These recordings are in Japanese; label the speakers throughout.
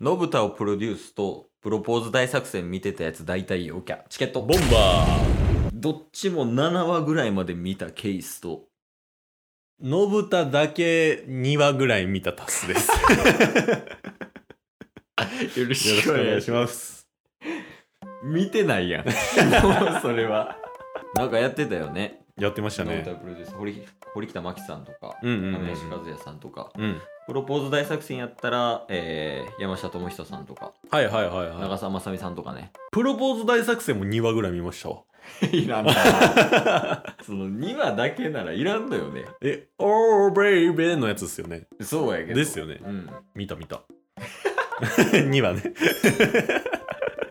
Speaker 1: のぶたをプロデュースとプロポーズ大作戦見てたやつ大体陽キャチケット
Speaker 2: ボンバー
Speaker 1: どっちも7話ぐらいまで見たケースと
Speaker 2: のぶただけ2話ぐらい見たタスです
Speaker 1: よ
Speaker 2: よ
Speaker 1: ろ
Speaker 2: ろしくお願いします
Speaker 1: 見てない やんもうそれはなんかやってたよね
Speaker 2: やってました
Speaker 1: のぶ
Speaker 2: ね
Speaker 1: たプロデュース堀堀北真希さんとか
Speaker 2: うんうんうん
Speaker 1: 亀梨和也さんとか
Speaker 2: うん
Speaker 1: プロポーズ大作戦やったら、えー山下智久さんとか
Speaker 2: はいはいはいは
Speaker 1: 長
Speaker 2: い
Speaker 1: 澤まさみさんとか ね
Speaker 2: プロポーズ大作戦も2話ぐらい見ましたわ
Speaker 1: いらんな その2話だけならいらんのよね
Speaker 2: え「Oh baby」のやつですよね
Speaker 1: そうやけど
Speaker 2: ですよね
Speaker 1: うん
Speaker 2: 見た 見た2話ね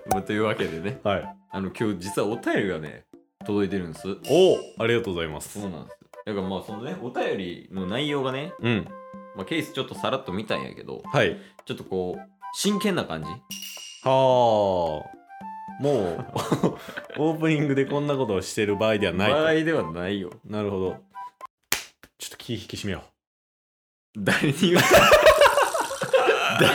Speaker 1: まあというわけでね
Speaker 2: はい
Speaker 1: あの今日実はお便りがね届いてるんです
Speaker 2: おおありがとうございます
Speaker 1: そうなんですだからまあそのねお便りの内容がね、
Speaker 2: うん
Speaker 1: まあ、ケースちょっとさらっと見たんやけど
Speaker 2: はいは
Speaker 1: ちょっとこう真剣な感じ
Speaker 2: あも うオープニングでこんなことをしてる場合ではないと
Speaker 1: 場合ではないよ
Speaker 2: なるほど。ちょっと気引き締めよ
Speaker 1: 誰に言う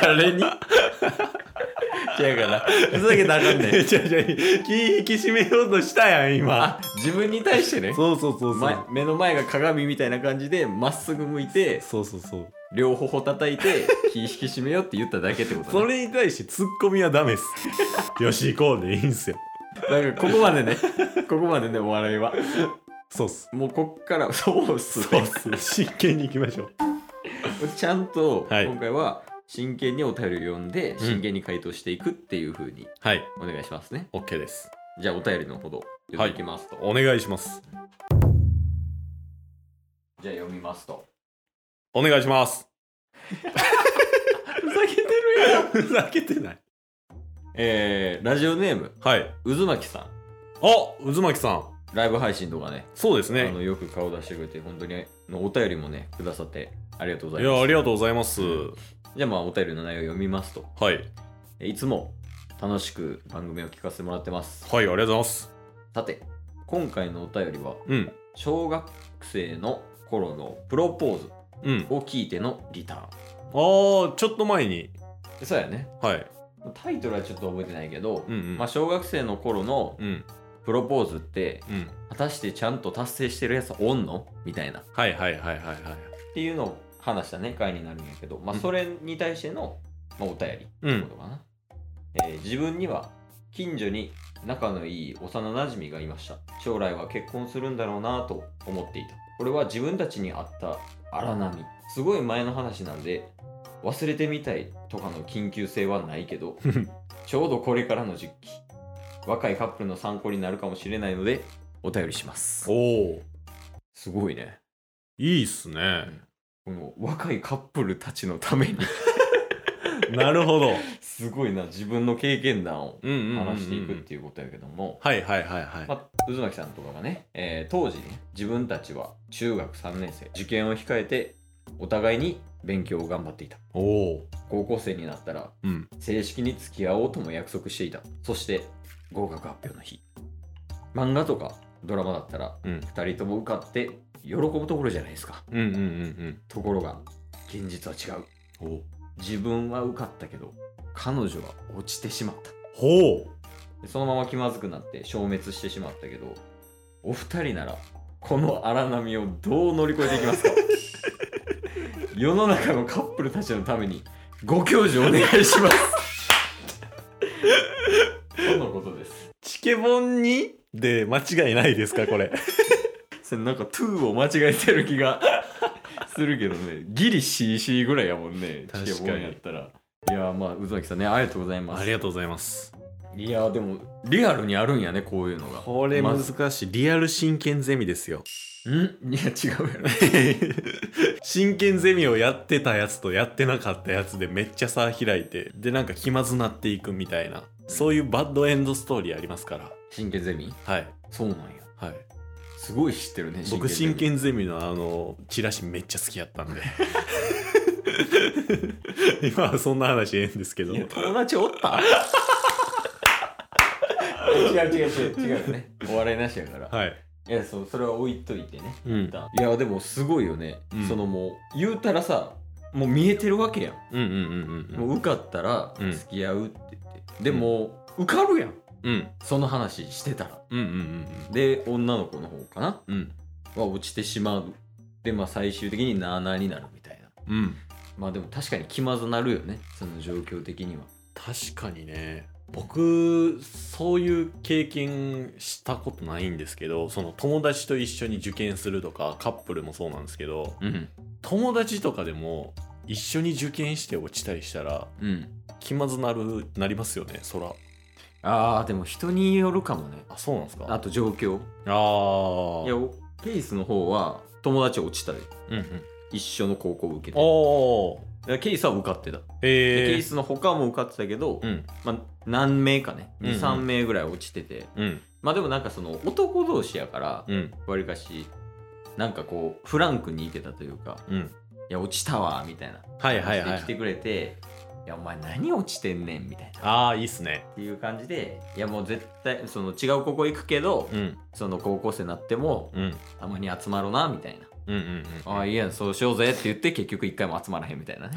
Speaker 1: 誰に違うからふざけたらあかん
Speaker 2: う。
Speaker 1: ねん
Speaker 2: 違う違う、気引き締めようとしたやん、今
Speaker 1: あ。自分に対してね
Speaker 2: そうそうそうそ
Speaker 1: 前
Speaker 2: う。
Speaker 1: 目の前が鏡みたいな感じでまっすぐ向いて
Speaker 2: そうそうそう。
Speaker 1: 両頬叩いて気引き締めようって言っただけってこと
Speaker 2: そ
Speaker 1: ね
Speaker 2: れに対してツッコミはダメっす。 よし、行こうでいいんすよ。
Speaker 1: なんかここまでねここまでねお笑いは
Speaker 2: そうっす。
Speaker 1: もうこっ からそうっす
Speaker 2: そうっす。真剣に行きましょう。
Speaker 1: ちゃんと
Speaker 2: はい
Speaker 1: 今回は真剣にお便りを読んで
Speaker 2: ん
Speaker 1: 真剣に回答していくっていう風に
Speaker 2: はい、
Speaker 1: お願いしますね、
Speaker 2: OK です。
Speaker 1: じゃあお便りのほど読んでいきますと、
Speaker 2: お願いします。
Speaker 1: じゃあ読みますと
Speaker 2: お願いします。
Speaker 1: ふざけてるよ
Speaker 2: ふざけてない。
Speaker 1: えー、ラジオネーム
Speaker 2: はい。
Speaker 1: 渦巻さん
Speaker 2: あ、渦巻さん。
Speaker 1: ライブ配信とかね
Speaker 2: そうです
Speaker 1: あ
Speaker 2: ね。
Speaker 1: のよく顔出してくれて本当にのお便りもねくださってありがとうご
Speaker 2: い
Speaker 1: ざいます
Speaker 2: や、ありがとうございます。
Speaker 1: じゃあまあお便りの内容読みますと
Speaker 2: はい。
Speaker 1: えいつも楽しく番組を聞かせてもらってます
Speaker 2: はい、ありがとうございます。
Speaker 1: さて今回のお便りは
Speaker 2: うん。
Speaker 1: 小学生の頃のプロポーズ
Speaker 2: うん。
Speaker 1: を聞いてのリターン
Speaker 2: あー、ちょっと前に。
Speaker 1: でそうやね
Speaker 2: はい。
Speaker 1: タイトルはちょっと覚えてないけど、
Speaker 2: うんうん。
Speaker 1: まあ、小学生の頃の
Speaker 2: うん。
Speaker 1: プロポーズって
Speaker 2: うん。
Speaker 1: 果たしてちゃんと達成してるやつおんのみたいなっ
Speaker 2: はいはいはいはいはい。
Speaker 1: ていうのを話したね回になるんやけど、まあ、
Speaker 2: うん
Speaker 1: それに対しての、まあ、お便りって
Speaker 2: う
Speaker 1: こ
Speaker 2: ん。
Speaker 1: とかな、えー自分には近所に仲のいい幼なじみがいました将来は結婚するんだろうなと思っていたこれは自分たちに合った荒波すごい前の話なんで忘れてみたいとかの緊急性はないけ どちょうどこれからの時期、若いカップルの参考になるかもしれないので、お便りします
Speaker 2: お。お、
Speaker 1: すごいね。
Speaker 2: いいっすね。
Speaker 1: この若いカップルたちのため に、
Speaker 2: なるほど。
Speaker 1: すごいな、自分の経験談を
Speaker 2: うんうんうんうん
Speaker 1: 話していくっていうことやけども、
Speaker 2: はいはいはいはい。
Speaker 1: まあ、渦巻さんとかがね、えー当時ね、自分たちは中学3年生、受験を控えて、お互いに勉強を頑張っていた。
Speaker 2: おおー。
Speaker 1: 高校生になったら、
Speaker 2: うん。
Speaker 1: 正式に付き合おうとも約束していたそして合格発表の日漫画とかドラマだったら、
Speaker 2: うん
Speaker 1: 2人とも受かって喜ぶところじゃないですか
Speaker 2: うんうんうん
Speaker 1: ところが現実は違う
Speaker 2: うん。お
Speaker 1: 自分は受かったけど彼女は落ちてしまった
Speaker 2: ほう。
Speaker 1: でそのまま気まずくなって消滅してしまったけどお二人ならこの荒波をどう乗り越えていき ますか世の中のカップルたちのためにご教授お願いしますとのことです
Speaker 2: チケボンにで間違いないですかこれ。
Speaker 1: それなんか2を間違えてる気がするけどねギリ CC ぐらいやもんね
Speaker 2: 確かに
Speaker 1: チケボンやったらいやーまあ宇崎さんねありがとうございま
Speaker 2: あ
Speaker 1: す
Speaker 2: りがとうございます。
Speaker 1: いやーでもリアルにあるんやねこういうのが
Speaker 2: これ
Speaker 1: ま
Speaker 2: 難
Speaker 1: ず
Speaker 2: しい。リアル真剣ゼミですよ。
Speaker 1: んいや違うやろ
Speaker 2: 真剣ゼミをやってたやつとやってなかったやつでめっちゃ差開いてでなんか気まずなっていくみたいなそういうバッドエンドストーリーありますから
Speaker 1: 真剣ゼミ
Speaker 2: はい
Speaker 1: そうなんや
Speaker 2: はい
Speaker 1: すごい知ってるね
Speaker 2: 僕真
Speaker 1: ゼミ
Speaker 2: 剣ゼミのあのチラシめっちゃ好きやったんで 今はそんな話ええんですけど
Speaker 1: いや友達おった 違う違う違う違うよねお笑いなしやから
Speaker 2: はい
Speaker 1: いやそうそれは置いといてね
Speaker 2: うん
Speaker 1: いやでもすごいよね、
Speaker 2: うん
Speaker 1: そのもう言うたらさもう見えてるわけやん、
Speaker 2: うんうんうんう
Speaker 1: も
Speaker 2: ん
Speaker 1: う受かったら
Speaker 2: うん
Speaker 1: 付き合うって言って、でも受かるやん
Speaker 2: うん
Speaker 1: その話してたら
Speaker 2: うんうん
Speaker 1: で女の子の方かな
Speaker 2: うんうん
Speaker 1: は落ちてしまうでまあ最終的になあなあになるみたいな
Speaker 2: うん
Speaker 1: まあでも確かに気まずなるよねその状況的には
Speaker 2: 確かにね僕そういう経験したことないんですけどその友達と一緒に受験するとかカップルもそうなんですけど
Speaker 1: うん
Speaker 2: 友達とかでも一緒に受験して落ちたりしたら
Speaker 1: うん
Speaker 2: 気まずなるなりますよねそら
Speaker 1: あーでも人によるかもね
Speaker 2: あそうなんですか
Speaker 1: あと状況
Speaker 2: あー
Speaker 1: いやおケイスの方は友達落ちたで
Speaker 2: うんうん
Speaker 1: 一緒の高校受けて
Speaker 2: おー
Speaker 1: だからケイスは受かってた、でケ
Speaker 2: え
Speaker 1: イスの他も受かってたけど、
Speaker 2: うん
Speaker 1: まあ、何名かね
Speaker 2: うんうん
Speaker 1: 23名ぐらい落ちてて、
Speaker 2: うん
Speaker 1: まあでもなんかその男同士やから
Speaker 2: うん
Speaker 1: わりかしなんかこうフランクにいけたというか
Speaker 2: うん
Speaker 1: 「いや落ちたわ」みたいな
Speaker 2: はいはいは
Speaker 1: 来て
Speaker 2: い
Speaker 1: くれて「いやお前何落ちてんねん」みたいな。
Speaker 2: ああいいっすね
Speaker 1: っていう感じでいやもう絶対その違う高校行くけど、
Speaker 2: うん
Speaker 1: その高校生になっても
Speaker 2: うん
Speaker 1: たまに集まろうなみたいな
Speaker 2: うんうん
Speaker 1: 「ああいいやんそうしようぜ」って言って結局一回も集まらへんみたい なね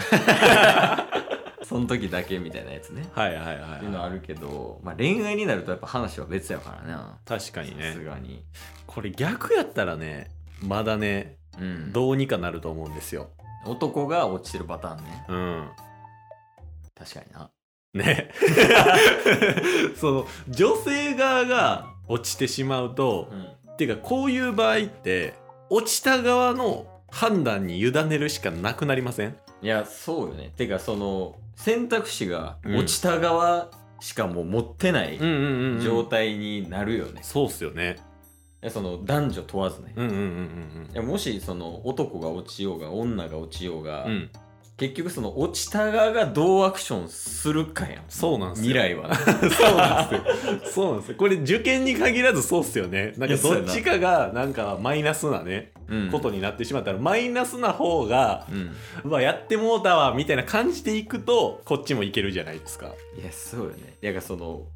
Speaker 1: その時だけみたいなやつね
Speaker 2: はいはいはい
Speaker 1: っていうのは
Speaker 2: は
Speaker 1: あるけど、まあ、恋愛になるとやっぱ話は別やからない
Speaker 2: 確かに
Speaker 1: さ
Speaker 2: ね
Speaker 1: すがに、
Speaker 2: これ逆やったらねまだね
Speaker 1: うん、
Speaker 2: どうにかなると思うんですよ。
Speaker 1: 男が落ちてるパターンね
Speaker 2: うん、
Speaker 1: 確かにな
Speaker 2: ねその女性側が落ちてしまうと、
Speaker 1: うん
Speaker 2: っていうかこういう場合って落ちた側の判断に委ねるしかなくなりません
Speaker 1: いやそうよねてかその選択肢が
Speaker 2: うん
Speaker 1: 落ちた側しかもう持ってない
Speaker 2: んうんう
Speaker 1: 状態になるよね、い
Speaker 2: そうっすよね。
Speaker 1: やその男女問わずね、
Speaker 2: うんうんうん
Speaker 1: いやもしその男が落ちようが女が落ちようが、
Speaker 2: うんうん。うん、
Speaker 1: 結局その落ちた側がどうアクションするかやん
Speaker 2: そうなんすよ
Speaker 1: 未来は
Speaker 2: そうなんですよ。そうなんですよ。これ受験に限らずそうっすよね。なんかどっちかがなんかマイナスなね、
Speaker 1: うん
Speaker 2: ことになってしまったらマイナスな方が
Speaker 1: うん
Speaker 2: まあやってもうたわみたいな感じでいくとこっちもいけるじゃないですか
Speaker 1: いやそうよねだからその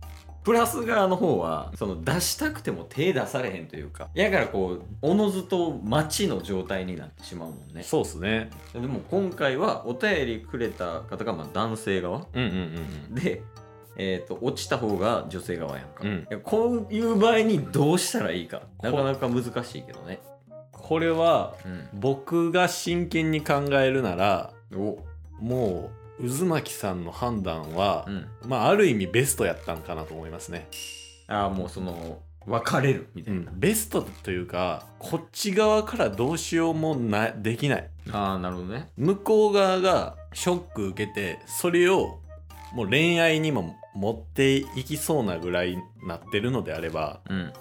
Speaker 1: プラス側の方はその出したくても手出されへんというかやからこうおのずと待ちの状態になってしまうもんね
Speaker 2: そうっすね
Speaker 1: でも今回はお便りくれた方がまあ男性側
Speaker 2: うんうん
Speaker 1: で、えー、と落ちた方が女性側やんか、
Speaker 2: うん
Speaker 1: いやこういう場合にどうしたらいいかなかなか難しいけどね、
Speaker 2: これは
Speaker 1: うん、
Speaker 2: 僕が真剣に考えるなら
Speaker 1: お
Speaker 2: もう渦巻さんの判断は、
Speaker 1: うん
Speaker 2: まあある意味ベストやったんかなと思いますね、
Speaker 1: ああもうその別れるみたいな、
Speaker 2: ベストというかこっち側からどうしようもなできない
Speaker 1: ああなるほどね
Speaker 2: 向こう側がショック受けてそれをもう恋愛にも持っていきそうなぐらいなってるのであれば
Speaker 1: うん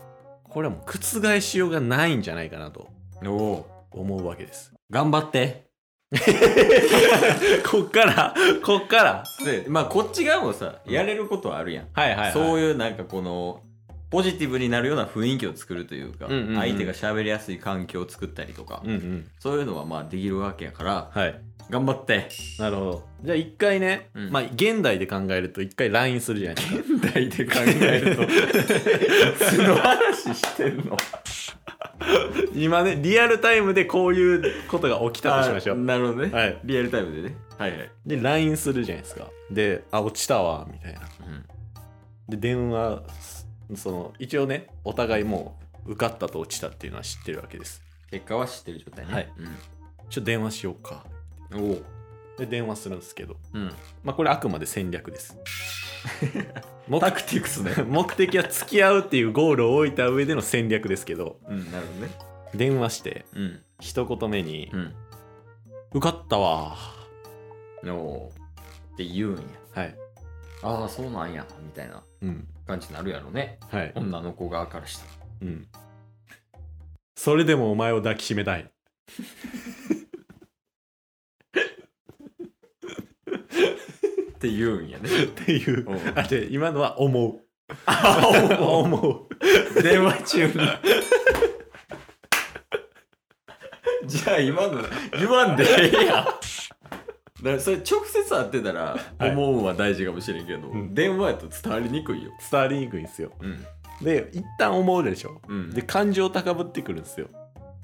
Speaker 2: これはもう覆しようがないんじゃないかなと
Speaker 1: おお
Speaker 2: 思うわけです
Speaker 1: 頑張って
Speaker 2: こっからこっから
Speaker 1: でまあこっち側もさ
Speaker 2: うん
Speaker 1: やれることはあるやん、
Speaker 2: はいはい、はい、
Speaker 1: そう
Speaker 2: う
Speaker 1: いうなんかこのポジティブになるような雰囲気を作るというか、
Speaker 2: うんうんうん
Speaker 1: 相手が喋りやすい環境を作ったりとか、
Speaker 2: んうん
Speaker 1: そういうのはまあできるわけやから
Speaker 2: はい
Speaker 1: 頑張 って
Speaker 2: なるほどじゃあ一回ね、
Speaker 1: うん
Speaker 2: まあ現代で考えると一回 LINE するじゃないですか
Speaker 1: 現代で考えると その話してんの
Speaker 2: 今ねリアルタイムでこういうことが起きたとしましょ
Speaker 1: あ
Speaker 2: う
Speaker 1: なるほどね、
Speaker 2: はい
Speaker 1: リアルタイムでねはいはい、
Speaker 2: で LINE するじゃないですかで「あ落ちたわ」みたいなで電話すその一応ねお互いもう受かったと落ちたっていうのは知ってるわけです
Speaker 1: 結果は知ってる状態ね
Speaker 2: はい、ちょっと電話しようか
Speaker 1: うん、おお
Speaker 2: で電話するんですけど
Speaker 1: うん
Speaker 2: まあこれあくまで戦略です 目
Speaker 1: タクティクスね
Speaker 2: 目的は付き合うっていうゴールを置いた上での戦略ですけど
Speaker 1: うんなるほどね
Speaker 2: 電話して
Speaker 1: うん
Speaker 2: 一言目に
Speaker 1: うん
Speaker 2: 「受かったわ
Speaker 1: おおって言うんや」
Speaker 2: はい
Speaker 1: ああそうなんやみたいな
Speaker 2: うん
Speaker 1: 感じになるやろね
Speaker 2: はい
Speaker 1: 女の子側からした
Speaker 2: うんそれでもお前を抱きしめたい
Speaker 1: って言うんやね
Speaker 2: っていう
Speaker 1: うん
Speaker 2: あで今のは思う
Speaker 1: あ
Speaker 2: 思う
Speaker 1: 電話中に じゃあ今の言わんでええやんだからそれ直接会ってたら
Speaker 2: はい
Speaker 1: 思うんは大事かもしれんけど、
Speaker 2: うん
Speaker 1: 電話やと伝わりにくいよ
Speaker 2: 伝わりにくいんですよ
Speaker 1: うん
Speaker 2: で一旦思うでしょ
Speaker 1: うん
Speaker 2: で
Speaker 1: で
Speaker 2: 感情高ぶってくるんですよ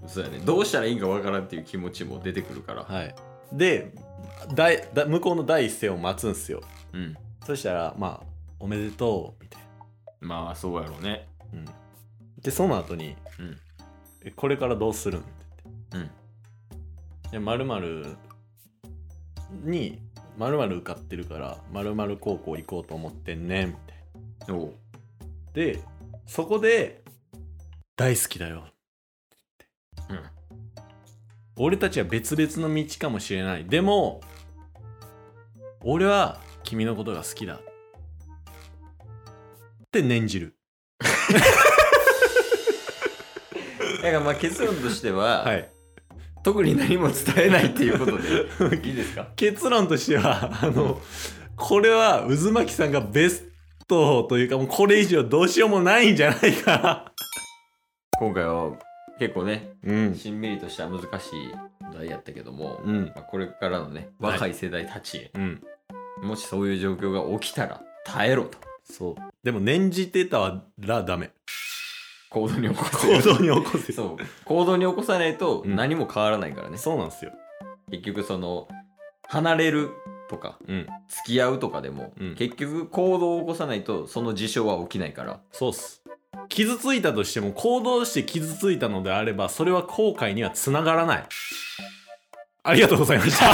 Speaker 1: そうやねどうしたらいいんかわからんっていう気持ちも出てくるから、
Speaker 2: はいでだいだ向こうの第一声を待つんすよ
Speaker 1: うん。
Speaker 2: そしたらまあおめでとうみたい
Speaker 1: まあ、そうやろうね。
Speaker 2: な、うん、でその後に、
Speaker 1: うん
Speaker 2: えこれからどうするん?」って
Speaker 1: うん。
Speaker 2: 言って「まるにまる受かってるからまる高校行こうと思ってんねん」みたいな
Speaker 1: おう
Speaker 2: でそこで「大好きだよ」
Speaker 1: うん。
Speaker 2: 俺たちは別々の道かもしれないでも俺は君のことが好きだって念じる
Speaker 1: だからまあ結論としては、
Speaker 2: はい
Speaker 1: 特に何も伝えないっていうこと でいいですか
Speaker 2: 結論としては あのこれは渦巻さんがベストというかもうこれ以上どうしようもないんじゃないか
Speaker 1: 今回は結構ね
Speaker 2: なうん
Speaker 1: しんみりとした難しい題やったけども、
Speaker 2: うん
Speaker 1: まあ、これからのね若い世代たちへ、
Speaker 2: うん
Speaker 1: もしそういう状況が起きたら耐えろと
Speaker 2: そうでも念じてたらダメ
Speaker 1: 行動に起こせ
Speaker 2: 行動に起こせ
Speaker 1: そう行動に起こさないと
Speaker 2: うん
Speaker 1: 何も変わらないからね、
Speaker 2: そうなんですよ
Speaker 1: 結局その離れるとか
Speaker 2: うん
Speaker 1: 付き合うとかでも、
Speaker 2: うん
Speaker 1: 結局行動を起こさないとその事象は起きないから
Speaker 2: そうっす傷ついたとしても行動して傷ついたのであればそれは後悔にはつながらないありがとうございました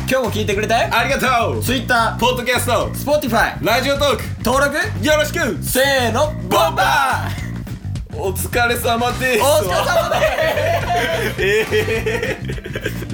Speaker 1: 今日も聞いてくれたよ
Speaker 2: ありがとう
Speaker 1: Twitter、
Speaker 2: ポッドキャスト
Speaker 1: Spotify
Speaker 2: ラジオトーク
Speaker 1: 登録
Speaker 2: よろしく
Speaker 1: せーのボンバー
Speaker 2: お疲れ様です
Speaker 1: お疲れ様です
Speaker 2: ええ